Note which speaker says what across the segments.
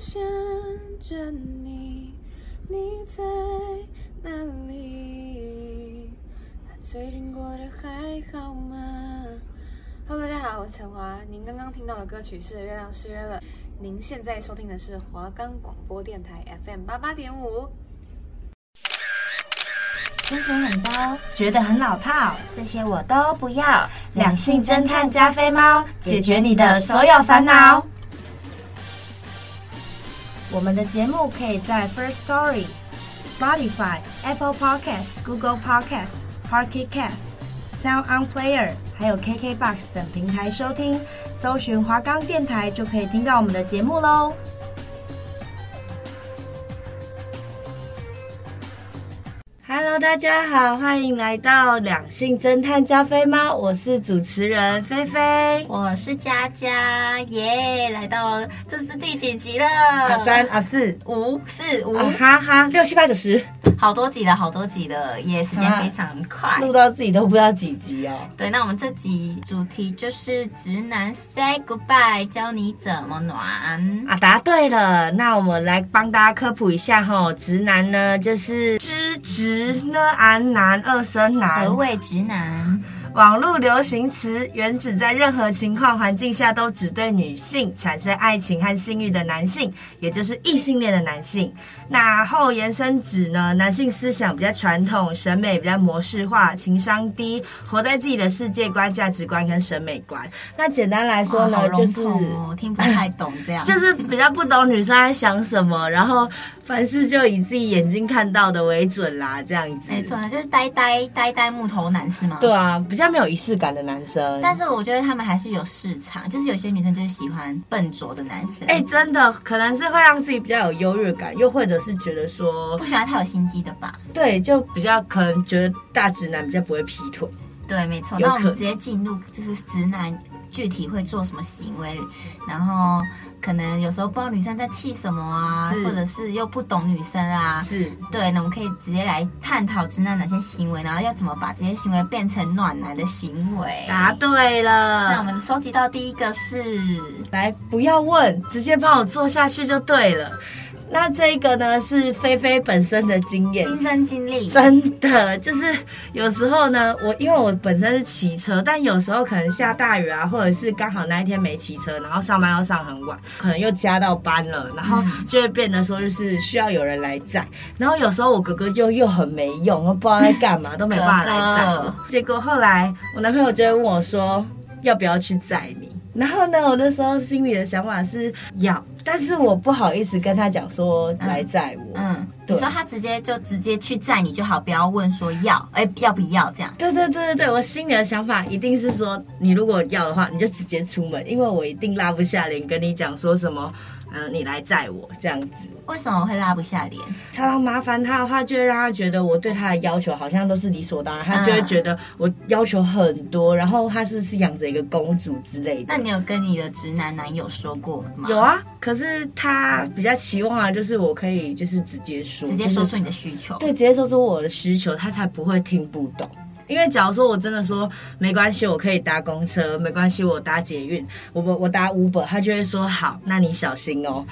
Speaker 1: 想着你，你在哪里？最近过得还好吗？Hello，大家好，我是陈华。您刚刚听到的歌曲是《月亮失约了》，您现在收听的是华冈广播电台 FM 八八点五。
Speaker 2: 心情很糟，
Speaker 3: 觉得很老套。
Speaker 2: 这些我都不要。
Speaker 3: 两性侦探加菲猫，解决你的所有烦恼。我们的节目可以在 First Story、Spotify、Apple Podcast、Google Podcast、Pocket Cast、Sound On Player，还有 KKBox 等平台收听，搜寻华冈电台就可以听到我们的节目喽。Hello，大家好，欢迎来到两性侦探加菲猫，我是主持人菲菲。
Speaker 2: 我是佳佳，耶！来到这是第几集了？
Speaker 3: 啊三啊四
Speaker 2: 五四五，
Speaker 3: 啊哈哈，六七八九十，
Speaker 2: 好多集了，好多集了，耶！时间
Speaker 3: 啊
Speaker 2: 非常快。
Speaker 3: 录到自己都不知道几集哦。
Speaker 2: 对，那我们这集主题就是直男 say goodbye，教你怎么暖。
Speaker 3: 啊，答对了。那我们来帮大家科普一下哈，直男呢就是知直呢安男二声男
Speaker 2: 何。谓直男？
Speaker 3: 网络流行词原指在任何情况环境下都只对女性产生爱情和性欲的男性，也就是异性恋的男性。那后延伸指呢，男性思想比较传统，审美比较模式化，情商低，活在自己的世界观、价值观跟审美观。那简单来说
Speaker 2: 哇好
Speaker 3: 呢，
Speaker 2: 笼
Speaker 3: 就是。
Speaker 2: 统哦听不太懂这样。
Speaker 3: 就是比较不懂女生在想什么，然后凡事就以自己眼睛看到的为准啦，这样子。
Speaker 2: 没错，就是呆呆呆呆木头男是吗？
Speaker 3: 对啊，比较没有仪式感的男生。
Speaker 2: 但是我觉得他们还是有市场，就是有些女生就是喜欢笨拙的男生，
Speaker 3: 哎、真的可能是会让自己比较有优越感，又或者是觉得说
Speaker 2: 不，喜欢太有心机的吧？
Speaker 3: 对，就比较可能觉得大直男比较不会劈腿。
Speaker 2: 对，没错。
Speaker 3: 有
Speaker 2: 那我
Speaker 3: 可
Speaker 2: 们
Speaker 3: 能
Speaker 2: 直接进入就是直男具体会做什么行为，然后可能有时候不知道女生在气什么啊，
Speaker 3: 是
Speaker 2: 或者是又不懂女生啊。
Speaker 3: 是，
Speaker 2: 对，那我们可以直接来探讨直男哪些行为，然后要怎么把这些行为变成暖男的行为。
Speaker 3: 答对
Speaker 2: 那我
Speaker 3: 了。
Speaker 2: 们收集到第一个是
Speaker 3: 来，不要问，直接帮我做下去就对了。那这个呢是菲菲本身的经验，
Speaker 2: 亲身经历，
Speaker 3: 真的就是有时候呢，我因为我本身是骑车，但有时候可能下大雨啊，或者是刚好那一天没骑车，然后上班要上很晚，可能又加到班了，然后
Speaker 2: 嗯
Speaker 3: 就会变得说就是需要有人来载。然后有时候我哥哥又又很没用，我不知道在干嘛，都没办法来载
Speaker 2: 哥哥
Speaker 3: 我。结果后来我男朋友就会问我说要不要去载你。然后呢，我那时候心里的想法是要，但是我不好意思跟他讲说来载我。
Speaker 2: 嗯，你
Speaker 3: 对
Speaker 2: 说他直接就直接去载你就好，不要问说要，哎、要不要这样？
Speaker 3: 对对对对对，我心里的想法一定是说，你如果要的话，你就直接出门，因为我一定拉不下脸跟你讲说什么，嗯、你来载我这样子。
Speaker 2: 为什么我会拉不下脸？
Speaker 3: 常常麻烦他的话，就会让他觉得我对他的要求好像都是理所当然，他就会觉得我要求很多，然后他是不是养着一个公主之类的
Speaker 2: 那？你有跟你的直男男友说过吗？
Speaker 3: 有，啊，可是他比较期望啊，就是我可以就是直接说，
Speaker 2: 直接说
Speaker 3: 就是
Speaker 2: 出你的需求。
Speaker 3: 对，直接说出我的需求，他才不会听不懂。因为假如说我真的说没关系，我可以搭公车，没关系，我搭捷运，我我我搭 Uber，他就会说好，那你小心哦。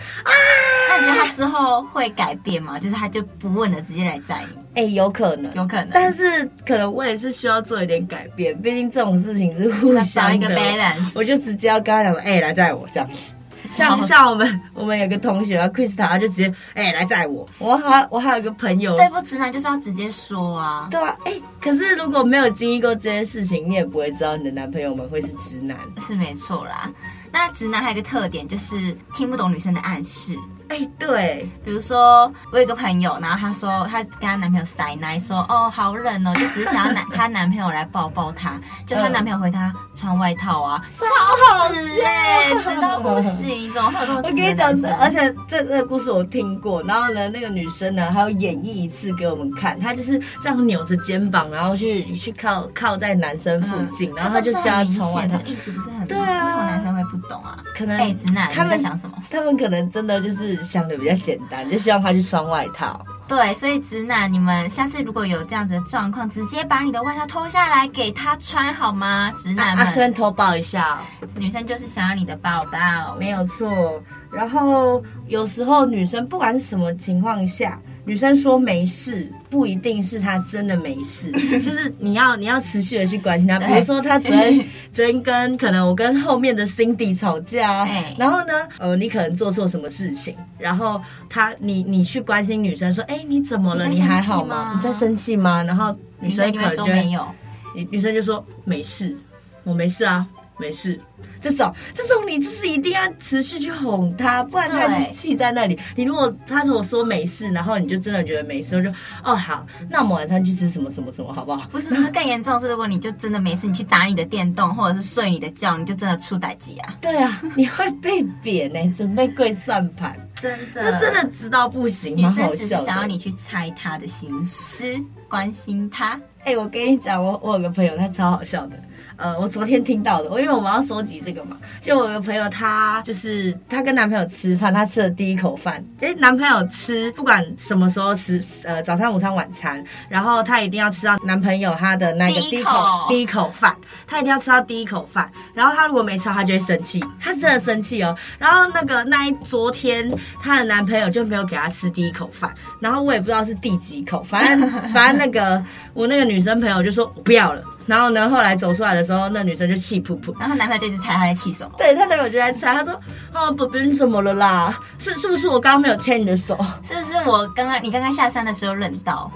Speaker 2: 那你觉得他之后会改变吗？就是他就不问了，直接来载你，
Speaker 3: 哎、有可能，
Speaker 2: 有可能。
Speaker 3: 但是可能我也是需要做一点改变，毕竟这种事情是互
Speaker 2: 要找
Speaker 3: 相
Speaker 2: 一个
Speaker 3: 的。
Speaker 2: balance，
Speaker 3: 我就直接要跟他讲说，哎、来载我这 样子。像像我们我们有个同学啊，Krista，他就直接哎、来载我。我还我还有个朋友，
Speaker 2: 对付直男就是要直接说啊。
Speaker 3: 对啊，哎、可是如果没有经历过这些事情，你也不会知道你的男朋友们会是直男。
Speaker 2: 是没错啦，那直男还有一个特点就是听不懂女生的暗示，
Speaker 3: 哎、对，
Speaker 2: 比如说，我有一个朋友，然后她说，她跟她男朋友塞奶，说哦好冷哦，就只是想要男 她男朋友来抱抱她，就她
Speaker 3: 嗯
Speaker 2: 男朋友回她穿外套啊，超好吃哎，吃到不行，怎么会有这么
Speaker 3: 我
Speaker 2: 直
Speaker 3: 跟你
Speaker 2: 的男，
Speaker 3: 讲这
Speaker 2: 生
Speaker 3: 而且这这个故事我听过。然后呢，那个女生呢，她要演绎一次给我们看，她就是这样扭着肩膀，然后去去靠靠在男生附近，然后嗯她就叫他穿外
Speaker 2: 嗯这
Speaker 3: 套
Speaker 2: 个。意思不是很明
Speaker 3: 对
Speaker 2: 显，
Speaker 3: 啊
Speaker 2: 为什么男生会不懂啊？
Speaker 3: 可能、
Speaker 2: 哎，直男，
Speaker 3: 他
Speaker 2: 你在
Speaker 3: 们
Speaker 2: 想什么？
Speaker 3: 他们可能真的就是想的比较简单，就希望他去穿外套。
Speaker 2: 对，所以直男，你们下次如果有这样子的状况，直接把你的外套脱下来给他穿好吗？直男
Speaker 3: 阿
Speaker 2: 们，
Speaker 3: 孙偷抱一下哦、
Speaker 2: 女生就是想要你的抱抱，
Speaker 3: 没有错。然后有时候女生不管是什么情况下，女生说没事，不一定是她真的没 事，就是你要你要持续的去关心她。比如说她 昨天昨天跟可能我跟后面的 Cindy 吵架
Speaker 2: 哎，
Speaker 3: 然后呢，呃，你可能做错什么事情，然后她你你去关心女生说，哎，你怎么了？
Speaker 2: 你在
Speaker 3: 你还
Speaker 2: 生气
Speaker 3: 好
Speaker 2: 吗
Speaker 3: 吗？你在生气吗？然后女
Speaker 2: 女
Speaker 3: 生
Speaker 2: 生就会
Speaker 3: 可能就
Speaker 2: 说
Speaker 3: 会
Speaker 2: 没有，
Speaker 3: 女女生就说没事，我没事啊，没事。这种这种你就是一定要持续去哄她，不然她
Speaker 2: 对
Speaker 3: 是气在那里。你如果她如果说没事，然后你就真的觉得没事，我就哦好，那我们晚上去吃什么什么什么好不好？
Speaker 2: 不是不是更严重的是，如果你就真的没事，你去打你的电动或者是睡你的觉，你就真的出歹机啊！
Speaker 3: 对啊，你会被扁呢、准备跪算盘，
Speaker 2: 真的
Speaker 3: 这真的直到不行，
Speaker 2: 呃女
Speaker 3: 蛮
Speaker 2: 生
Speaker 3: 好
Speaker 2: 只是
Speaker 3: 笑
Speaker 2: 想要
Speaker 3: 的
Speaker 2: 你。去猜她的心思，关心她。
Speaker 3: 哎、我跟你讲，我我有个朋友，他超好笑的。呃，我昨天听到的，我因为我们要收集这个嘛，就我有个朋友，她就是她跟男朋友吃饭，她吃的第一口饭，哎，男朋友吃不管什么时候吃，呃，早餐、午餐、晚餐，然后她一定要吃到男朋友他的那个
Speaker 2: 第
Speaker 3: 第
Speaker 2: 一
Speaker 3: 一
Speaker 2: 口
Speaker 3: 口第一口饭，她一定要吃到第一口饭，然后她如果没吃到，她就会生气，她真的生气哦。然后那个那一昨天她的男朋友就没有给她吃第一口饭，然后我也不知道是第几口，反正反正那个我那个女生朋友就说我不要了，然后呢后来走出来的时候，那女生就气噗噗。
Speaker 2: 然后她男朋友就一直猜她在气什么，
Speaker 3: 对她男朋友就在猜，她说：“哦，宝贝，你怎么了啦？是是不是我刚刚没有牵你的手
Speaker 2: 是不是我刚刚你刚刚下山的时候冷到，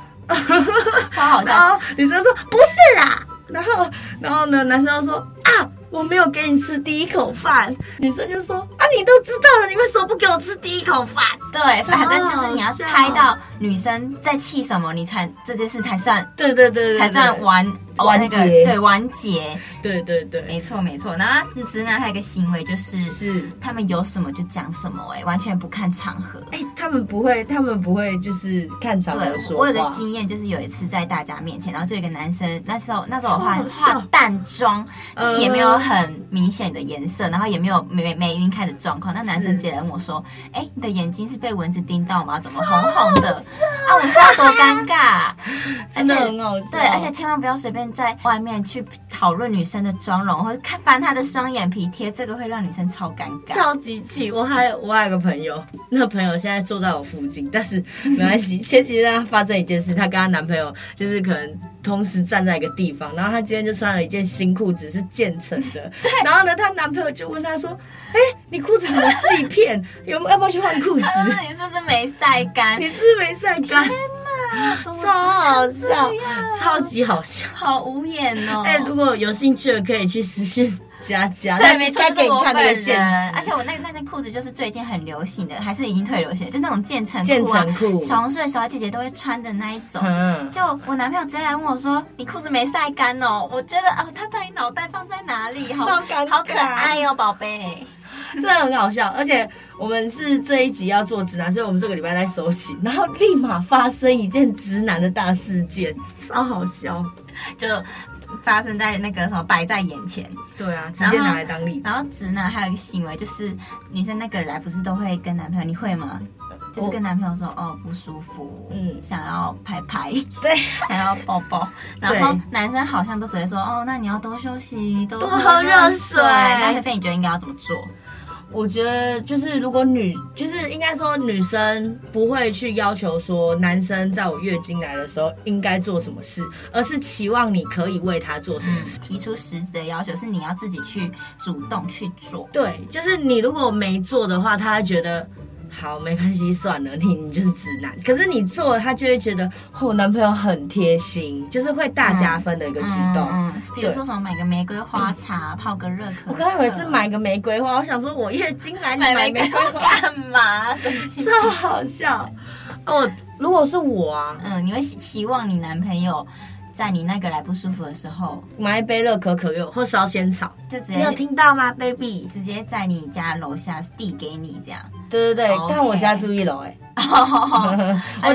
Speaker 2: 超好？”
Speaker 3: 然
Speaker 2: 笑。
Speaker 3: 后女生说：“不是啦。”然后然后呢，男生就说：“啊，我没有给你吃第一口饭。”女生就说：“啊，你都知道了，你为什么不给我吃第一口饭？”
Speaker 2: 对，反正就是你要
Speaker 3: 超好笑
Speaker 2: 猜到女生在气什么，你才这件事才算
Speaker 3: 对对对对，
Speaker 2: 才算
Speaker 3: 对
Speaker 2: 完哦
Speaker 3: 完
Speaker 2: 那个
Speaker 3: 结
Speaker 2: 对完结，
Speaker 3: 对对对，
Speaker 2: 没错没错。然后直男还有一个行为就是
Speaker 3: 是。
Speaker 2: 他们有什么就讲什么、哎，完全不看场合。
Speaker 3: 哎、他们不会，他们不会，就是看场合
Speaker 2: 对，
Speaker 3: 说
Speaker 2: 我
Speaker 3: 话。
Speaker 2: 有个经验，就是有一次在大家面前，然后就有一个男生，那时候那时候我化
Speaker 3: 超好笑
Speaker 2: 化淡妆，就
Speaker 3: 嗯
Speaker 2: 是也没有很明显的颜色，然后也没有美美晕开的状况。那男生直接问我说：“哎、你的眼睛是被蚊子叮到吗？怎么红红的？”啊，我知道多尴尬、而
Speaker 3: 真
Speaker 2: 且
Speaker 3: 的很好笑。
Speaker 2: 对，而且千万不要随便在外面去讨论女生的妆容，或者看翻她的双眼皮贴，这个会让女生超尴尬。
Speaker 3: 超级气。我还有我还有个朋友，那个朋友现在坐在我附近，但是没 关系。前几天她发生一件事，她跟她男朋友就是可能。同时站在一个地方，然后她今天就穿了一件新裤子，是渐层 的。然后呢，她男朋友就问她说：“哎、你裤子怎么是一片？有没有要不要去换裤 子？
Speaker 2: 啊你是不是没晒干
Speaker 3: 你？是不是没晒干？”
Speaker 2: 怎么
Speaker 3: 超好
Speaker 2: 这
Speaker 3: 笑
Speaker 2: 样，
Speaker 3: 超级好笑。
Speaker 2: 好无眼哦！
Speaker 3: 哎、如果有兴趣的可以去私讯佳佳，
Speaker 2: 对，
Speaker 3: 她
Speaker 2: 没错，
Speaker 3: 她
Speaker 2: 就是
Speaker 3: 给你
Speaker 2: 我
Speaker 3: 看
Speaker 2: 本
Speaker 3: 那个现
Speaker 2: 人。
Speaker 3: 实，
Speaker 2: 而且我那那件裤子就是最近很流行的，还是已经退流行的，就那种渐层
Speaker 3: 渐
Speaker 2: 裤啊
Speaker 3: 层，裤，
Speaker 2: 小红书的小姐姐都会穿的那一种。
Speaker 3: 嗯，
Speaker 2: 就我男朋友直接来问我说：“你裤子没晒干哦？”我觉得哦，他到底脑袋放在哪里？好
Speaker 3: 超尴尬
Speaker 2: 好可爱哦，宝贝。
Speaker 3: 真的很好笑。而且我们是这一集要做直男，所以我们这个礼拜在收集，然后立马发生一件直男的大事件，超好笑。
Speaker 2: 就发生在那个什么摆在眼前。
Speaker 3: 对啊，直接拿来当例子。
Speaker 2: 然后直男还有一个行为就是，女生那个来不是都会跟男朋友，你会吗？就是跟男朋友说哦不舒服，嗯，
Speaker 3: 嗯
Speaker 2: 想要拍拍，
Speaker 3: 对，
Speaker 2: 想要抱抱，
Speaker 3: 对
Speaker 2: 然后男生好像都只会说哦，那你要多休息，多
Speaker 3: 多
Speaker 2: 喝
Speaker 3: 喝
Speaker 2: 热
Speaker 3: 热
Speaker 2: 水。
Speaker 3: 水
Speaker 2: 那菲菲，你觉得应该要怎么做？
Speaker 3: 我觉得就是如果女，就是应该说女生不会去要求说男生在我月经来的时候应该做什么事，而是期望你可以为他做什么
Speaker 2: 嗯
Speaker 3: 事。，
Speaker 2: 提出实质的要求是你要自己去主动去做。
Speaker 3: 对，就是你如果没做的话，他会觉得好没关系，算了，你你就是直男。可是你做了，他就会觉得哦我男朋友很贴心，就是会大加分的一个举动。
Speaker 2: 嗯，嗯比如说什么买个玫瑰花茶，泡个热可可。
Speaker 3: 我刚以为是买个玫瑰花，我想说我月经来你
Speaker 2: 买
Speaker 3: 买
Speaker 2: 玫
Speaker 3: 玫
Speaker 2: 瑰
Speaker 3: 瑰
Speaker 2: 花
Speaker 3: 花，
Speaker 2: 干嘛？生气。
Speaker 3: 超好笑。哦，如果是我啊，
Speaker 2: 嗯，你会希期望你男朋友在你那个来不舒服的时候，
Speaker 3: 买一杯热可可柚或烧仙草，
Speaker 2: 就直
Speaker 3: 你有
Speaker 2: 接
Speaker 3: 听到吗，baby？
Speaker 2: 直接在你家楼下递给你这样，
Speaker 3: 对对对
Speaker 2: OK 哎
Speaker 3: 但我家住一楼哎、 我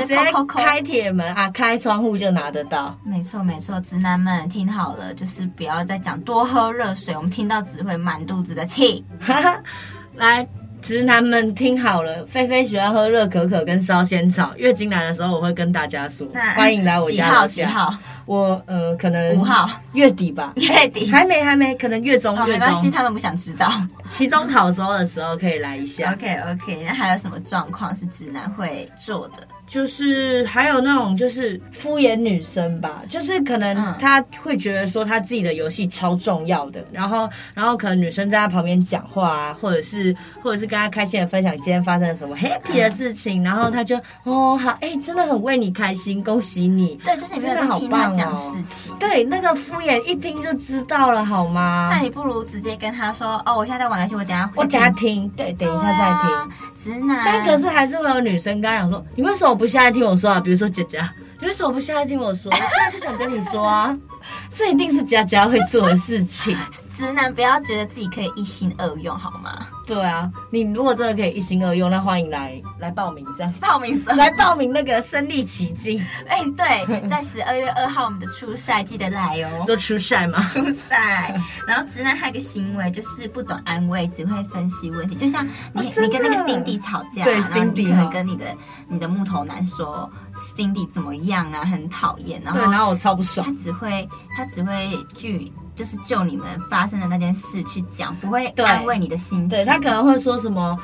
Speaker 3: 直接
Speaker 2: 扣扣扣
Speaker 3: 开铁门啊，开窗户就拿得到。
Speaker 2: 没错没错，直男们听好了，就是不要再讲多喝热水，我们听到只会满肚子的气。
Speaker 3: 哈哈， 来，直男们听好了，菲菲喜欢喝热可可跟烧仙草。月经来的时候，我会跟大家说
Speaker 2: 那，
Speaker 3: 欢迎来我
Speaker 2: 几
Speaker 3: 家
Speaker 2: 号
Speaker 3: 楼
Speaker 2: 几
Speaker 3: 下。
Speaker 2: 号？
Speaker 3: 我呃可能
Speaker 2: 五号
Speaker 3: 月底吧，
Speaker 2: 月 底。
Speaker 3: 还没还没，可能月中
Speaker 2: 好，
Speaker 3: 月
Speaker 2: 没关系，
Speaker 3: 中，
Speaker 2: 他们不想知道。
Speaker 3: 期中考周的时候可以来 一下。
Speaker 2: OK OK，那还有什么状况是直男会做的？
Speaker 3: 就是还有那种就是敷衍女生吧，就是可能
Speaker 2: 嗯
Speaker 3: 他会觉得说他自己的游戏超重要的，然后然后可能女生在他旁边讲话啊，或者是或者是跟他开心的分享今天发生了什么 happy
Speaker 2: 嗯
Speaker 3: 的事情，然后他就哦好哎、真的很为你开心，恭喜你。
Speaker 2: 对，就是你没有
Speaker 3: 真的
Speaker 2: 在
Speaker 3: 好哦
Speaker 2: 听他
Speaker 3: 棒
Speaker 2: 讲
Speaker 3: 哦
Speaker 2: 事情。
Speaker 3: 对，那个敷衍一听就知道了好吗？
Speaker 2: 那你不如直接跟他说哦，我现在在玩游戏，我等一下
Speaker 3: 我
Speaker 2: 再
Speaker 3: 等下听，对，等一下再听。
Speaker 2: 对啊直男。
Speaker 3: 但可是还是会有女生跟他讲说：“你为什么不下来听我说啊？”比如说姐姐，你为什么不下来听我说？我现在就想跟你说 啊，这一定是佳佳会做的事情。
Speaker 2: 直男不要觉得自己可以一心二用好吗？
Speaker 3: 对啊，你如果真的可以一心二用，那欢迎来来报名这样。
Speaker 2: 报名什么？
Speaker 3: 来报名那个身临其境，
Speaker 2: 哎、对，在十二月二号我们的初赛记得来哦。
Speaker 3: 做初晒嘛。
Speaker 2: 初赛， 然后直男还有一个行为就是不懂安慰，只会分析问题。就像你，
Speaker 3: 哦真
Speaker 2: 你
Speaker 3: 的
Speaker 2: 跟那个 Cindy 吵架，
Speaker 3: 对
Speaker 2: 然后你
Speaker 3: Cindy
Speaker 2: 可能
Speaker 3: 哦
Speaker 2: 跟你的你的木头男说 Cindy 怎么样啊，很讨厌，然
Speaker 3: 对，然
Speaker 2: 后
Speaker 3: 后我超不
Speaker 2: 他
Speaker 3: 爽。
Speaker 2: 只会他只会据就是就你们发生的那件事去讲，不会
Speaker 3: 对
Speaker 2: 安慰你的心情。
Speaker 3: 对他可能会说什么？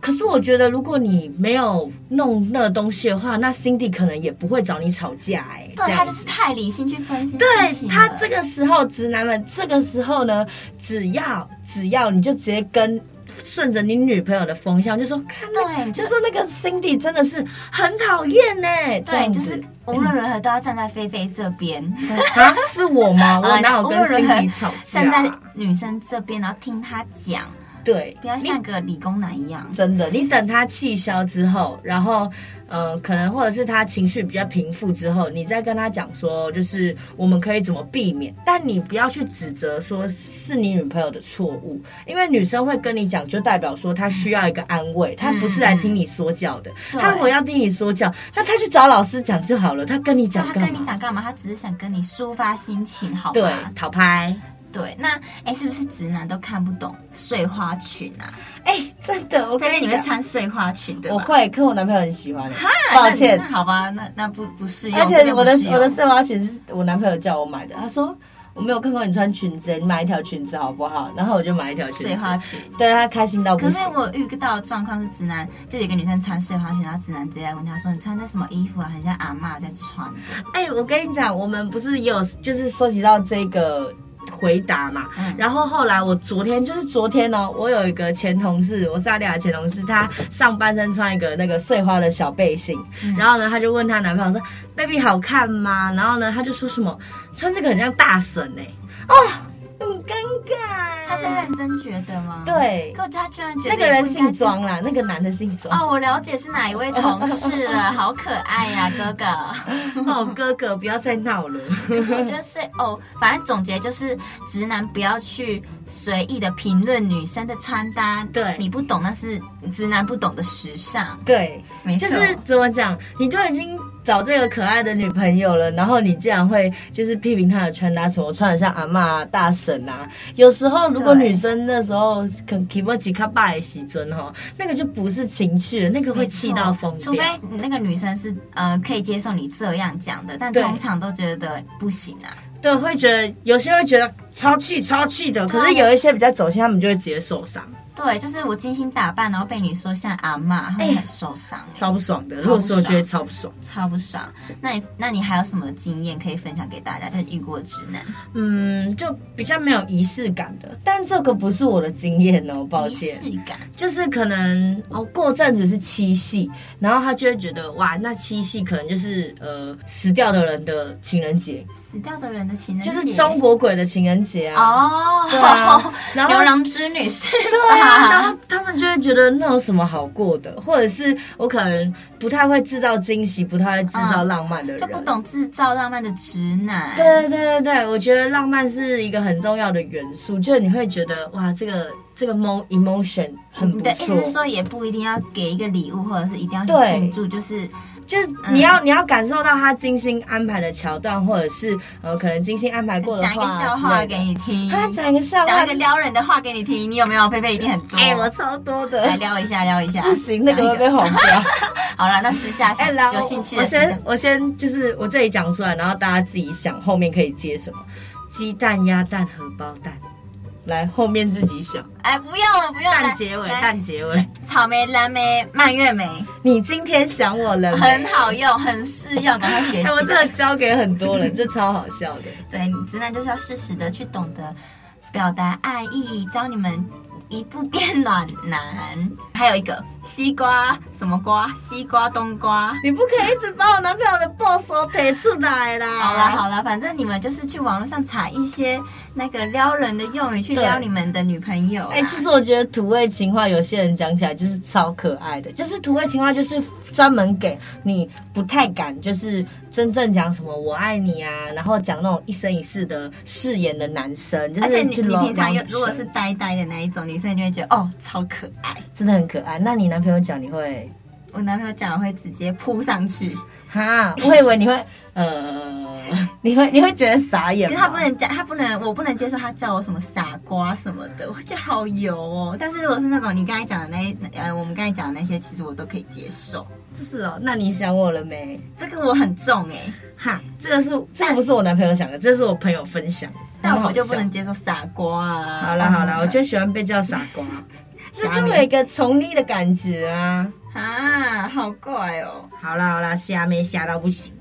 Speaker 3: 可是我觉得，如果你没有弄那个东西的话，那 Cindy 可能也不会找你吵架、哎，这
Speaker 2: 对他
Speaker 3: 样
Speaker 2: 就
Speaker 3: 子
Speaker 2: 是太理性去分析事
Speaker 3: 对
Speaker 2: 情
Speaker 3: 他
Speaker 2: 了
Speaker 3: 这个时候，直男们这个时候呢，只要只要你就直接跟顺着你女朋友的风向，就说看那
Speaker 2: 对你
Speaker 3: 就
Speaker 2: 就
Speaker 3: 说那个 Cindy 真的是很讨厌呢，这
Speaker 2: 对，
Speaker 3: 样
Speaker 2: 就
Speaker 3: 子
Speaker 2: 是无论如何都要站在菲菲这边，
Speaker 3: 啊，是我吗？我
Speaker 2: 呃
Speaker 3: 哪有跟
Speaker 2: 无论如何
Speaker 3: Cindy 吵
Speaker 2: 站在
Speaker 3: 架？啊
Speaker 2: 女生这边，然后听她讲，
Speaker 3: 对，
Speaker 2: 不要
Speaker 3: 你
Speaker 2: 像个理工男一样。
Speaker 3: 真的，你等他气消之后，然后，呃，可能或者是他情绪比较平复之后，你再跟他讲说，就是我们可以怎么避免，但你不要去指责说是你女朋友的错误，因为女生会跟你讲，就代表说她需要一个安慰，她不是来听你说教的。
Speaker 2: 对
Speaker 3: 她如果要听你说教，那她去找老师讲就好了，她跟你
Speaker 2: 就
Speaker 3: 讲
Speaker 2: 他
Speaker 3: 干
Speaker 2: 跟你
Speaker 3: 嘛？
Speaker 2: 讲干嘛？他只是想跟你抒发心情，好
Speaker 3: 对
Speaker 2: 吗？，
Speaker 3: 讨拍。
Speaker 2: 对，那哎，是不是直男都看不懂碎花裙啊？
Speaker 3: 哎、真的，我
Speaker 2: 菲
Speaker 3: 跟
Speaker 2: 菲，
Speaker 3: 你
Speaker 2: 你
Speaker 3: 讲
Speaker 2: 会，穿碎花裙对
Speaker 3: 我
Speaker 2: 吧？
Speaker 3: 会，可我男朋友很喜欢。
Speaker 2: 那
Speaker 3: 抱歉
Speaker 2: 那，好吧，那那不不适用。
Speaker 3: 而
Speaker 2: 这
Speaker 3: 且
Speaker 2: 边
Speaker 3: 我的
Speaker 2: 不适用
Speaker 3: 我的碎花裙是我男朋友叫我买的，他说我没有看过你穿裙子，你买一条裙子好不好？然后我就买一条裙
Speaker 2: 碎
Speaker 3: 子
Speaker 2: 花，裙。
Speaker 3: 对他开心到不
Speaker 2: 可是
Speaker 3: 行。
Speaker 2: 我遇到的状况是，直男就有一个女生穿碎花裙，然后直男直接来问她说：“你穿这什么衣服啊？很像阿嬷在穿的。”
Speaker 3: 哎、我跟你讲，我们不是也有就是收集到这个回答嘛，
Speaker 2: 嗯
Speaker 3: 然后后来我昨天就是昨天呢、我有一个前同事，我萨利亚的前同事，她上半身穿一个那个碎花的小背心，然后呢，她就问她男朋友说：“baby 好看吗？”然后呢，她就说什么穿这个很像大婶哎、哦，很尴尬。欸
Speaker 2: 他是认真觉得吗？。
Speaker 3: 嗯对，
Speaker 2: 可我觉得他居然觉得
Speaker 3: 那个人
Speaker 2: 也不应该
Speaker 3: 姓庄啦，那个男的姓庄。
Speaker 2: 哦，我了解是哪一位同事了，好可爱呀、哥哥。
Speaker 3: 哦，哥哥，不要再闹了。
Speaker 2: 可是我觉得是哦，反正总结就是，直男不要去随意的评论女生的穿搭，
Speaker 3: 对
Speaker 2: 你不懂那是直男不懂的时尚，
Speaker 3: 对，
Speaker 2: 没
Speaker 3: 就
Speaker 2: 错。
Speaker 3: 是怎么讲，你都已经找这个可爱的女朋友了，然后你竟然会就是批评她的穿搭，什么穿的像阿嬷啊、大婶啊。有时候如果
Speaker 2: 对
Speaker 3: 女生那时候可能 keep 不起卡爸的时尊哈，那个就不是情趣了，那个会
Speaker 2: 没
Speaker 3: 气
Speaker 2: 错
Speaker 3: 到疯
Speaker 2: 除非
Speaker 3: 掉。
Speaker 2: 你那个女生是呃可以接受你这样讲的，但
Speaker 3: 对
Speaker 2: 通常都觉得不行啊。
Speaker 3: 对，会觉得有些会觉得超气超气的，可
Speaker 2: 对啊
Speaker 3: 是有一些比较走心，他们就会直接受伤，
Speaker 2: 对，就是我精心打扮，然后被你说像阿嬷，会很受伤、欸
Speaker 3: 超不爽的。
Speaker 2: 超
Speaker 3: 如果
Speaker 2: 不
Speaker 3: 说我觉得
Speaker 2: 爽
Speaker 3: 超不爽。
Speaker 2: 超不爽。那你那你还有什么经验可以分享给大家？就是遇过直男
Speaker 3: 嗯，就比较没有仪式感的，但这个不是我的经验哦，抱
Speaker 2: 仪
Speaker 3: 歉。
Speaker 2: 式感，
Speaker 3: 就是可能哦，过阵子是七夕，然后他就会觉得哇，那七夕可能就是呃死掉的人的情人节，
Speaker 2: 死掉的人的情人
Speaker 3: 就
Speaker 2: 节
Speaker 3: 是中国鬼的情人节啊。
Speaker 2: 哦，
Speaker 3: 对啊，然后
Speaker 2: 牛郎织女是
Speaker 3: 对啊，然
Speaker 2: 吧？
Speaker 3: 后他们就会觉得那有什么好过 的，或者是我可能不太会制造惊喜，不太会制造浪漫的人，
Speaker 2: 啊就不懂制造浪漫的直男，
Speaker 3: 对对对对对，我觉得浪漫是一个很重要的元素，就是你会觉得哇，这个这个 mo emotion 很
Speaker 2: 你
Speaker 3: 不
Speaker 2: 的意
Speaker 3: 错
Speaker 2: 思。是说也不一定要给一个礼物，或者是一定要去
Speaker 3: 对
Speaker 2: 庆祝，就是
Speaker 3: 就是你要、你要感受到他精心安排的桥段，或者是呃可能精心安排过的
Speaker 2: 讲一个
Speaker 3: 话啊
Speaker 2: 笑话
Speaker 3: 之类的
Speaker 2: 给你听，
Speaker 3: 啊，讲一个笑
Speaker 2: 讲
Speaker 3: 话
Speaker 2: 一个撩人的话给你听，你有没有？菲菲一定很多。
Speaker 3: 哎、我超多的，
Speaker 2: 来撩一下，撩一下。
Speaker 3: 不行，那
Speaker 2: 讲
Speaker 3: 个
Speaker 2: 一
Speaker 3: 会被黄标。
Speaker 2: 好了，那私下
Speaker 3: 哎，
Speaker 2: 想
Speaker 3: 来，
Speaker 2: 有兴趣
Speaker 3: 我
Speaker 2: 的
Speaker 3: 我
Speaker 2: 私下
Speaker 3: 先我先就是我这里讲出来，然后大家自己想后面可以接什么，鸡蛋、鸭蛋、荷包蛋，来后面自己想，
Speaker 2: 哎，不用了，不用了。
Speaker 3: 蛋结尾，
Speaker 2: 来
Speaker 3: 蛋结尾，
Speaker 2: 草莓、蓝莓、蔓越莓，
Speaker 3: 你今天想我了没？
Speaker 2: 很好用，很适用，赶快 学
Speaker 3: 哎，我
Speaker 2: 起
Speaker 3: 真
Speaker 2: 来。
Speaker 3: 的交给很多人，这超好笑的。
Speaker 2: 对，你直男就是要适时的去懂得表达爱意，教你们一步变暖男。还有一个西瓜什么瓜？西瓜、冬瓜。
Speaker 3: 你不可以一直把我男朋友的抱手腿出来啦！
Speaker 2: 好啦好啦，反正你们就是去网络上查一些那个撩人的用语，去
Speaker 3: 对
Speaker 2: 撩你们的女朋友啦。啊
Speaker 3: 哎、其实我觉得土味情话，有些人讲起来就是超可爱的，就是土味情话就是专门给你不太敢，就是真正讲什么我爱你啊，然后讲那种一生一世的誓言的男生，就
Speaker 2: 而且
Speaker 3: 是
Speaker 2: 你
Speaker 3: 去
Speaker 2: 你
Speaker 3: 搂
Speaker 2: 平常有
Speaker 3: 搂女
Speaker 2: 如果
Speaker 3: 生
Speaker 2: 是呆呆的那一种女生，你就会觉得哦超可爱。
Speaker 3: 真的很可爱，那你男朋友讲你会
Speaker 2: 我男朋友讲会直接扑上去，
Speaker 3: 哈？我以为你会呃， 你会你会觉得傻眼
Speaker 2: 可
Speaker 3: 吗，
Speaker 2: 是他不能讲，他不能，我不能接受他叫我什么傻瓜什么的，我 觉得好油哦。但是如果是那种你刚才讲的那一呃，我们刚才讲的那些，其实我都可以接受。
Speaker 3: 是哦，那你想我了没？
Speaker 2: 这个我很重哎、
Speaker 3: 哈，这个是这个不是我男朋友想的，这是我朋友分享，
Speaker 2: 但
Speaker 3: 很
Speaker 2: 我
Speaker 3: 好
Speaker 2: 就不
Speaker 3: 笑
Speaker 2: 能接受傻瓜啊。
Speaker 3: 好啦好啦，我就喜欢被叫傻 瓜， 这是我一个宠溺的感觉啊。
Speaker 2: 啊，好怪哦。
Speaker 3: 好啦好啦，瞎没瞎到不行。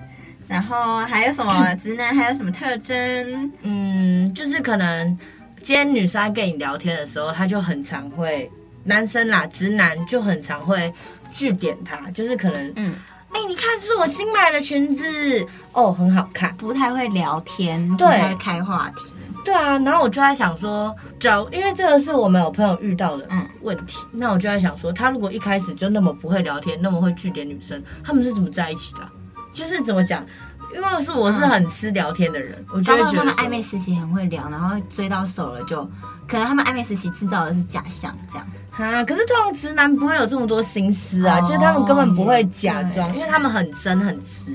Speaker 2: 然后还有什么直男还有什么特征？
Speaker 3: 嗯，就是可能今天女生在跟你聊天的时候，她就很常会，男生啦，直男就很常会据点她，就是可能，
Speaker 2: 嗯，
Speaker 3: 哎、你看这是我新买的裙子，哦，很好看。
Speaker 2: 不太会聊天，
Speaker 3: 对
Speaker 2: 不太会开话题。
Speaker 3: 对啊，然后我就在想说，假如因为这个是我们有朋友遇到的
Speaker 2: 嗯
Speaker 3: 问题，那我就在想说，他如果一开始就那么不会聊天，那么会据点女生，他们是怎么在一起的啊、就是怎么讲？因为是我是很吃聊天的人，我就
Speaker 2: 包
Speaker 3: 会
Speaker 2: 括嗯他
Speaker 3: 觉得
Speaker 2: 们
Speaker 3: 说
Speaker 2: 暧昧时期很会聊，然后追到手了就，可能他们暧昧时期制造的是假象，这样。
Speaker 3: 啊，可是通常直男不会有这么多心思啊，
Speaker 2: 哦
Speaker 3: 就是他们根本不会假装，
Speaker 2: 也对
Speaker 3: 因为他们很真很直。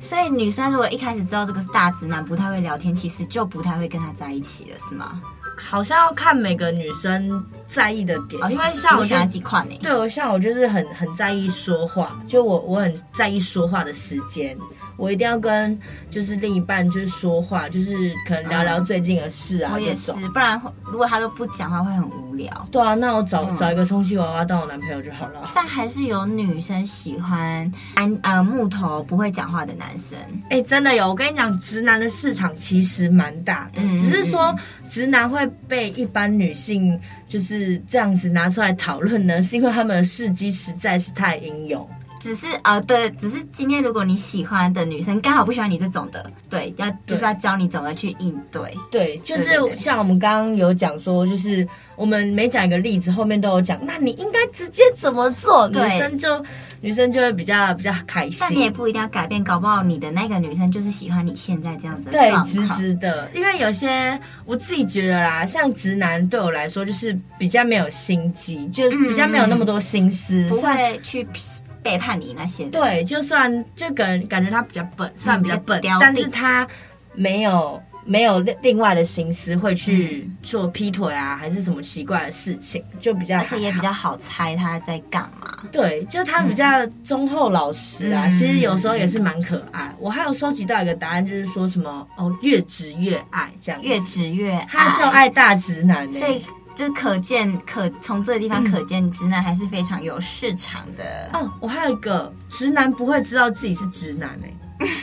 Speaker 2: 所以女生如果一开始知道这个是大直男，不太会聊天，其实就不太会跟他在一起了，是吗？
Speaker 3: 好像要看每个女生在意的点，因为像
Speaker 2: 哦
Speaker 3: 我就
Speaker 2: 喜欢几款呢？
Speaker 3: 对我像我就是很很在意说话，就我我很在意说话的时间，我一定要跟就是另一半就是说话，就是可能聊聊最近的事啊、
Speaker 2: 嗯我
Speaker 3: 这
Speaker 2: 也是
Speaker 3: 种。，
Speaker 2: 不然如果他都不讲话会很无聊。
Speaker 3: 对啊，那我找、
Speaker 2: 嗯
Speaker 3: 找一个充气娃娃当我男朋友就好了。
Speaker 2: 但还是有女生喜欢安呃木头不会讲话的男生，
Speaker 3: 哎、真的有，我跟你讲，直男的市场其实蛮大的，
Speaker 2: 嗯
Speaker 3: 只是说直男会被一般女性就是这样子拿出来讨论呢，是因为他们的事迹实在是太英勇。
Speaker 2: 只是呃对，只是今天如果你喜欢的女生刚好不喜欢你这种的，对，要就是要教你怎么去应对。
Speaker 3: 对，就
Speaker 2: 对对
Speaker 3: 是
Speaker 2: 对
Speaker 3: 像我们刚刚有讲说，就是我们每讲一个例子，后面都有讲，那你应该直接怎么做，女
Speaker 2: 对嗯
Speaker 3: 生就女生就会比较比较开
Speaker 2: 但你也
Speaker 3: 心。
Speaker 2: 不一定要改变，搞不好你的那个女生就是喜欢你现在这样子的
Speaker 3: 对，
Speaker 2: 状
Speaker 3: 直
Speaker 2: 况。
Speaker 3: 直的，因为有些我自己觉得啦，像直男对我来说就是比较没有心机，就比较没有那么多心思，
Speaker 2: 嗯不
Speaker 3: 算
Speaker 2: 会去批背叛你那些的。
Speaker 3: 对，就算就感感觉他比较笨，虽然比较
Speaker 2: 嗯
Speaker 3: 笨
Speaker 2: 比较，
Speaker 3: 但
Speaker 2: 刁
Speaker 3: 是
Speaker 2: 定
Speaker 3: 他没有没有另另外的心思会去
Speaker 2: 嗯
Speaker 3: 做劈腿啊，还是什么奇怪的事情，就比较
Speaker 2: 而且也
Speaker 3: 还
Speaker 2: 比较
Speaker 3: 好
Speaker 2: 好猜他在干嘛。
Speaker 3: 对，就他比较忠厚老实啊，
Speaker 2: 嗯
Speaker 3: 其实有时候也是蛮可爱。我还有收集到一个答案，就是说什么哦，越直越爱这样子，
Speaker 2: 越直越爱，
Speaker 3: 他就爱大直男欸呢、
Speaker 2: 所以就可见可从这个地方可见，直男还是非常有市场的。
Speaker 3: 嗯哦，我还有一个直男不会知道自己是直男呢、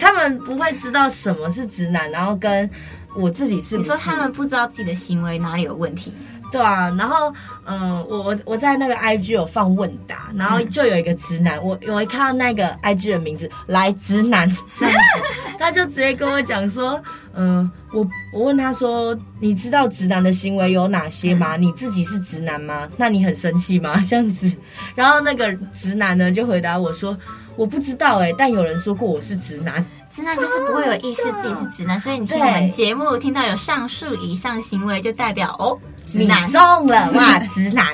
Speaker 3: 他们不会知道什么是直男，然后跟我自己是不
Speaker 2: 你
Speaker 3: 是
Speaker 2: 说他们不知道自己的行为哪里有问题，
Speaker 3: 对啊，然后嗯、呃我我我在那个 IG 有放问答，然后就有一个直男，我我一看到那个 IG 的名字来直男这样子，他就直接跟我讲说，嗯、我我问他说，你知道直男的行为有哪些吗？你自己是直男吗？那你很生气吗？这样子，然后那个直男呢就回答我说。我不知道哎、但有人说过我是直男，
Speaker 2: 直男就是不会有意识自己是直男，所以你听我们节目听到有上述以上行为，就代表哦，直男
Speaker 3: 你中了哇，直男。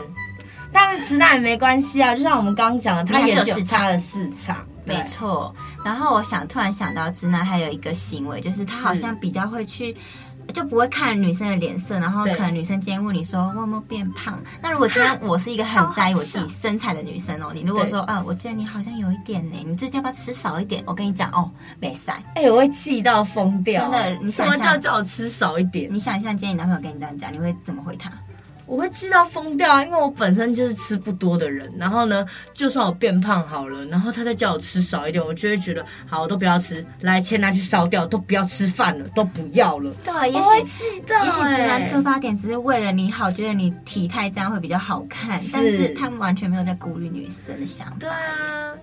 Speaker 3: 但是直男也没关系啊，就像我们刚刚讲的，他
Speaker 2: 你还
Speaker 3: 也
Speaker 2: 是有
Speaker 3: 是有
Speaker 2: 市场
Speaker 3: 他的市场。
Speaker 2: 没错。然后我想突然想到，直男还有一个行为，就是他好像比较会去。就不会看女生的脸色，然后
Speaker 3: 对
Speaker 2: 可能女生今天问你说我有没有变胖？那如果今天我是一个很在意我自己身材的女生哦，你如果说啊，我觉得你好像有一点呢，你最近要不要吃少一点？我跟你讲哦，没晒。
Speaker 3: 哎、我会气到疯掉。
Speaker 2: 真的你
Speaker 3: 什
Speaker 2: 想
Speaker 3: 么叫
Speaker 2: 象
Speaker 3: 叫我吃少一点？
Speaker 2: 你想一下，今天你男朋友跟你这样讲，你会怎么回他？
Speaker 3: 我会气到疯掉啊，因为我本身就是吃不多的人。然后呢，就算我变胖好了，然后他再叫我吃少一点，我就会觉得好，我都不要吃，来钱拿去烧掉，都不要吃饭了，都不要了。
Speaker 2: 对，也
Speaker 3: 我会
Speaker 2: 许
Speaker 3: 气到、欸，
Speaker 2: 也许直男出发点只是为了你好，觉得你体态这样会比较好看，
Speaker 3: 是
Speaker 2: 但是他们完全没有在顾虑女生的想
Speaker 3: 对
Speaker 2: 法。
Speaker 3: 啊，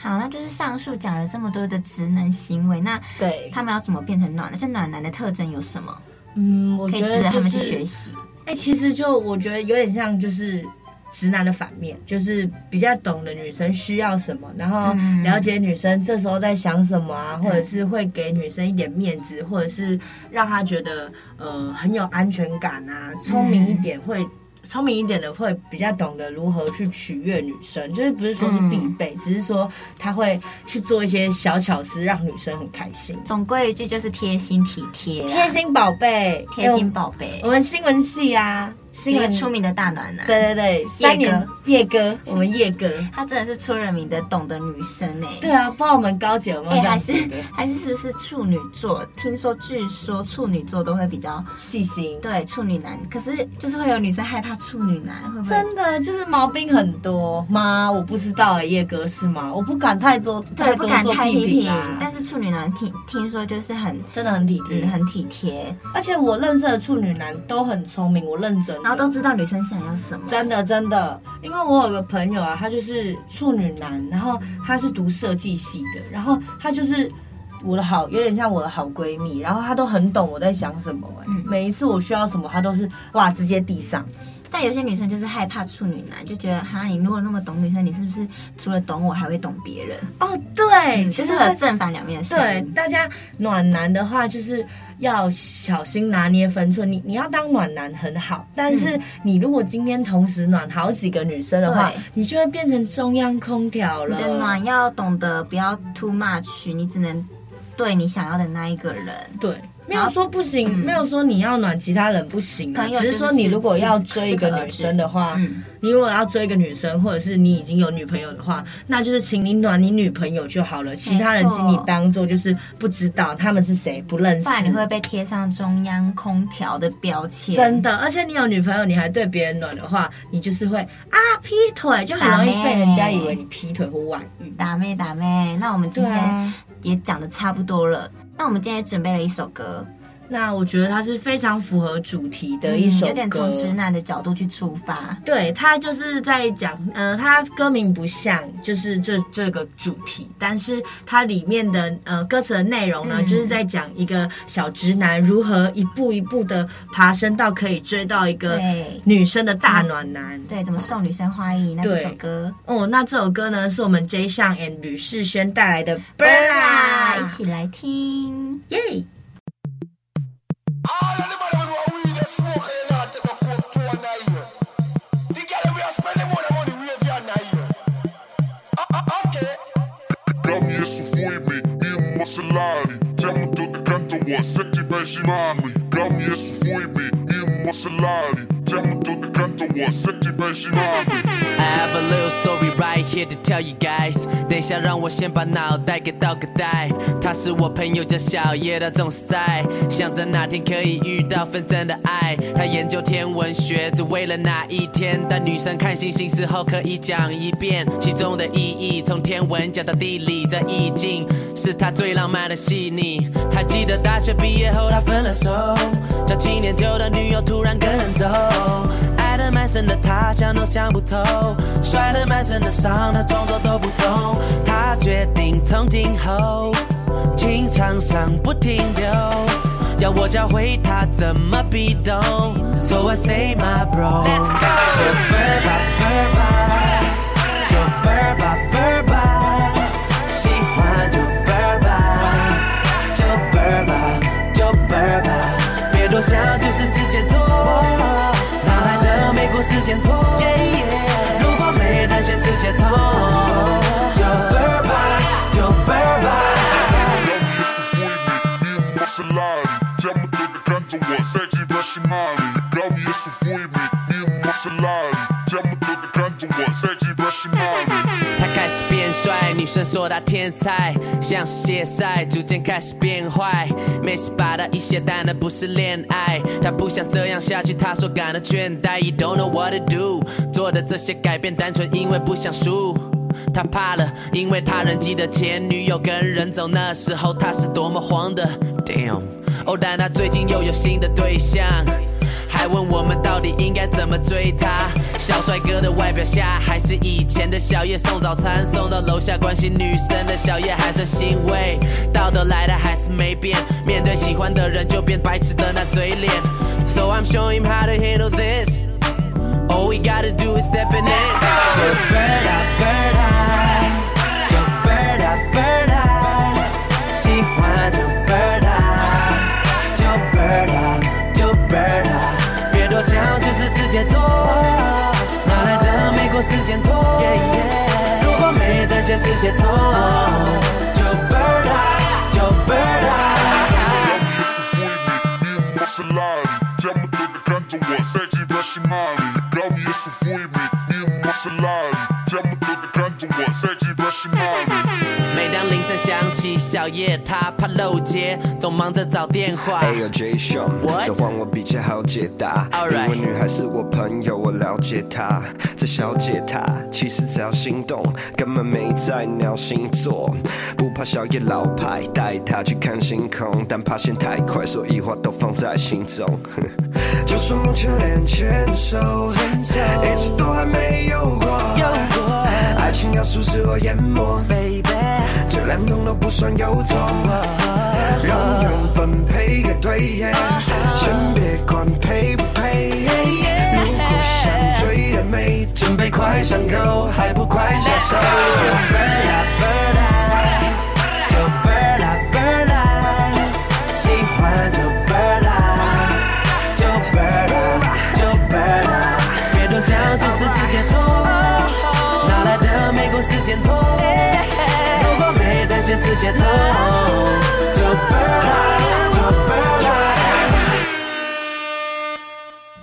Speaker 2: 好，那就是上述讲了这么多的直男行为，那
Speaker 3: 对，
Speaker 2: 他们要怎么变成暖男？就暖男的特征有什么？
Speaker 3: 嗯，我
Speaker 2: 可以
Speaker 3: 觉
Speaker 2: 值
Speaker 3: 得
Speaker 2: 得他
Speaker 3: 就
Speaker 2: 们
Speaker 3: 是
Speaker 2: 去学习。
Speaker 3: 哎、其实就我觉得有点像就是直男的反面，就是比较懂得女生需要什么，然后
Speaker 2: 嗯
Speaker 3: 了解女生这时候在想什么啊，或者是会给女生一点面子，或者是让她觉得呃很有安全感啊，聪明
Speaker 2: 嗯
Speaker 3: 一点会。聪明一点的会比较懂得如何去取悦女生，就是不是说是
Speaker 2: 嗯
Speaker 3: 必备，只是说他会去做一些小巧思，让女生很开心。
Speaker 2: 总归一句就是贴心体贴啊，
Speaker 3: 贴心宝贝，
Speaker 2: 贴心
Speaker 3: 哎
Speaker 2: 宝贝
Speaker 3: 我，我们新闻系啊，新
Speaker 2: 一个
Speaker 3: 闻
Speaker 2: 出名的大暖男。
Speaker 3: 对对对，三年夜歌，我们夜歌。
Speaker 2: 他真的是出了名的懂得女生呢、
Speaker 3: 对啊，不知道我们高姐有没有
Speaker 2: 哎、
Speaker 3: 这样
Speaker 2: 还
Speaker 3: 子
Speaker 2: 是
Speaker 3: 的
Speaker 2: 还是是不是处女座？听说据说处女座都会比较
Speaker 3: 细心？
Speaker 2: 对处女男，可是就是会有女生害怕处女男，会不会？
Speaker 3: 真的就是毛病很多吗？我不知道哎、夜歌是吗？我不敢太做，
Speaker 2: 对，不
Speaker 3: 多
Speaker 2: 敢
Speaker 3: 做
Speaker 2: 太批
Speaker 3: 评啊
Speaker 2: 评
Speaker 3: 啦，
Speaker 2: 但是处女男听听说就是很
Speaker 3: 真的很体贴、
Speaker 2: 嗯很体贴，
Speaker 3: 而且我认识的处女男都很聪明，我认真的，
Speaker 2: 然后都知道女生想要什么。
Speaker 3: 真的真的，因为我有个朋友啊，他就是处女男，然后他是读设计系的，然后他就是我的好，有点像我的好闺蜜，然后她都很懂我在想什么、哎、
Speaker 2: 嗯
Speaker 3: 每一次我需要什么，她都是哇直接递上，
Speaker 2: 但有些女生就是害怕处女男，就觉得哈，你如果那么懂女生，你是不是除了懂我，还会懂别人？
Speaker 3: 哦，对，
Speaker 2: 其
Speaker 3: 其
Speaker 2: 实
Speaker 3: 实
Speaker 2: 会有正反两面的声
Speaker 3: 对
Speaker 2: 音。
Speaker 3: 大家暖男的话，就是要小心拿捏分寸。你你要当暖男很好，但是你如果今天同时暖好几个女生的话
Speaker 2: 对，
Speaker 3: 你就会变成中央空调
Speaker 2: 你
Speaker 3: 了。
Speaker 2: 的暖要懂得不要 too much，你只能对你想要的那一个人。
Speaker 3: 对，没有说不行，
Speaker 2: 嗯
Speaker 3: 没有说你要暖其他人不行、啊，
Speaker 2: 朋友
Speaker 3: 只
Speaker 2: 就是
Speaker 3: 说你如果要追一个
Speaker 2: 适可而
Speaker 3: 女
Speaker 2: 止
Speaker 3: 生的话，
Speaker 2: 嗯，
Speaker 3: 你如果要追一个女生，或者是你已经有女朋友的话，那就是请你暖你女朋友就好了，其他人
Speaker 2: 没错
Speaker 3: 请你当做就是不知道他们是谁，不认识
Speaker 2: 不。然你会被贴上中央空调的标签。
Speaker 3: 真的，而且你有女朋友，你还对别人暖的话，你就是会啊劈腿，就很容易被人家以为你劈腿或外遇。
Speaker 2: 打妹打妹，那我们今
Speaker 3: 对
Speaker 2: 天
Speaker 3: 啊，
Speaker 2: 也讲的差不多了。那我们今天也准备了一首歌，
Speaker 3: 那我觉得它是非常符合主题的一
Speaker 2: 嗯
Speaker 3: 首歌，
Speaker 2: 有点从直男的角度去出发。
Speaker 3: 对他就是在讲，呃，他歌名不像就是这这个主题，但是它里面的呃歌词的内容呢，
Speaker 2: 嗯
Speaker 3: 就是在讲一个小直男如何一步一步的爬升到可以追到一个
Speaker 2: 对
Speaker 3: 女生的大暖男。
Speaker 2: 对，怎么受女生欢迎？那这
Speaker 3: 对
Speaker 2: 首歌
Speaker 3: 哦，那这首歌呢是我们 J 项 and 吕世轩带来的《b e r
Speaker 2: Bella，
Speaker 3: a
Speaker 2: 一起来听。
Speaker 3: 耶。
Speaker 4: All of the money we know we just smoke and not take no coke to an year. The girl we are spending more than money we have here a year. Ah, ah, Okay.
Speaker 5: Dá-me esse fui-me, e mocelari. Temo todo canto, o sete beijo nome. Dá-me esse fui-me, e mocelari. Temo todo canto, o sete beijo nome.
Speaker 6: I have a little story right here to tell you guys。等一下，让我先把脑袋给倒个袋。他是我朋友，叫小叶，他总是在想着哪天可以遇到纷争的爱。他研究天文学，只为了那一天。但女生看星星时候可以讲一遍其中的意义，从天文讲到地理，这意境是他最浪漫的细腻。还记得大学毕业后，他分了手，交七年旧的女友突然跟人走。爱得蛮深的他想都想不透，摔得蛮深的伤他装作都不痛。他决定从今后情场上不停留，要我教会他怎么 be d So I say my bro，就 burn 吧 burn 吧，就 burn 吧 burn 吧，喜欢就 burn 吧。就啵儿吧，就啵儿吧，别多想，就是直接做。脑海的美国时间拖，如果没人先吃些葱，就啵儿吧，就帅，女生说他天才，像是歇赛，逐渐开始变坏。没事把他一些，但那不是恋爱。他不想这样下去，他说感到倦怠，You don't know what to do。做的这些改变，单纯因为不想输。他怕了，因为他人记得前女友跟人走，那时候他是多么慌的。Damn，哦，但他最近又有新的对象。还问我们到底应该怎么追他？小帅哥的外表下，还是以前的小叶送早餐送到楼下，关心女生的小叶还算欣慰。到头来他还是没变，面对喜欢的人就变白痴的那嘴脸。So I'm showing him how to handle this. All we gotta do is step in it. 就 bird up, bird high，就 bird up, bird high，喜欢就 bird high，就 bird up，就 bird up，别多想，就是直接做。哪来的美国时间拖？如果没得写，直接错。就 bird up，就 bird up。每当铃声响起，小叶他怕漏接，总忙着找电话。
Speaker 7: 哎呦 J Show，
Speaker 6: What？
Speaker 7: 这换我比较好解答。
Speaker 6: Alright
Speaker 7: 因为女孩是我朋友，我了解她。这小姐她其实只要心动，根本没在鸟星座。不怕小野老派带她去看星空，但怕线太快，所以话都放在心中。 就算目前连牵手，一直都还没有过。爱情要素是我淹没。这两种都不算有错，让缘分配个对，先别管配不配。如果想追的美，准备快上钩，还不快下手？
Speaker 6: 就 bird up bird up，喜欢就 bird up，就 bird up 就 bird up，别多想，就是直接做，哪来的美国时间拖？如果没得写，直接走，就 bird up 就 bird up。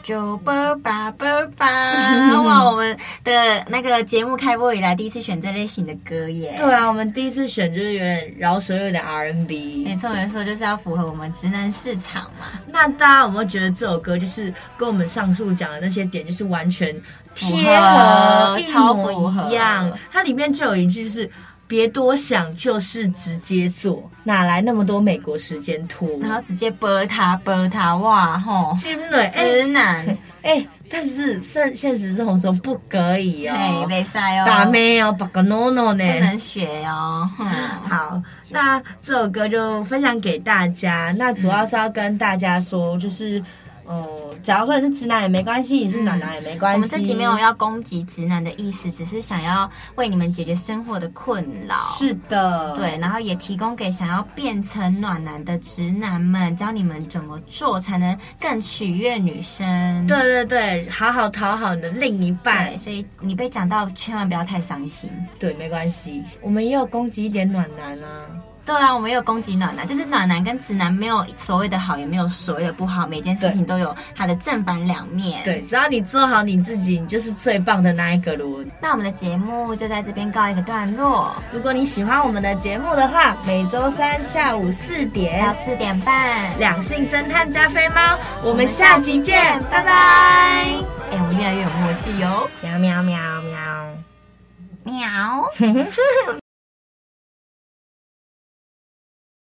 Speaker 2: 就啵吧啵吧， 哇！我们的那个节目开播以来，第一次选这类型的歌耶。
Speaker 3: 对啊，我们第一次选就是有点饶舌，有点 R&B。
Speaker 2: 没错，没错，就是要符合我们直男市场嘛。
Speaker 3: 那大家有没有觉得这首歌就是跟我们上述讲的那些点就是完全贴
Speaker 2: 符合
Speaker 3: 一
Speaker 2: 超符
Speaker 3: 模
Speaker 2: 合
Speaker 3: 一样？它里面就有一句是“别多想，就是直接做”，哪来那么多美国时间拖？
Speaker 2: 然后直接啵他啵他，哇 吼！
Speaker 3: 金磊，哎、
Speaker 2: 直男，
Speaker 3: 哎、但是现现实生活中不可以
Speaker 2: 哎，
Speaker 3: 哦，
Speaker 2: 没塞哦，
Speaker 3: 打妹哦，把个 no no 呢
Speaker 2: 不。能学哦。哼
Speaker 3: 好，那这首歌就分享给大家。那主要是要跟大家说，就是，呃，假如说你是直男也没关系，你是暖男也没关系。
Speaker 2: 我们这集没有要攻击直男的意思，只是想要为你们解决生活的困扰。
Speaker 3: 是的，
Speaker 2: 对，然后也提供给想要变成暖男的直男们，教你们怎么做才能更取悦女生。
Speaker 3: 对对对，好好讨好你的另一半
Speaker 2: 对，。所以你被讲到，千万不要太伤心。
Speaker 3: 对，没关系，我们也有攻击一点暖男啊。
Speaker 2: 对啊，我们也有攻击暖男，就是暖男跟直男没有所谓的好，也没有所谓的不好，每件事情都有它的正反两面。，
Speaker 3: 对，只要你做好你自己，你就是最棒的那一个轮。
Speaker 2: 那我们的节目就在这边告一个段落，
Speaker 3: 如果你喜欢我们的节目的话，每周三下午四点
Speaker 2: 到，四点半，
Speaker 3: 两性侦探加菲猫，我们下集见，拜拜。
Speaker 2: 哎，我们越来越有默契哟、
Speaker 3: 喵喵喵喵。
Speaker 2: 喵。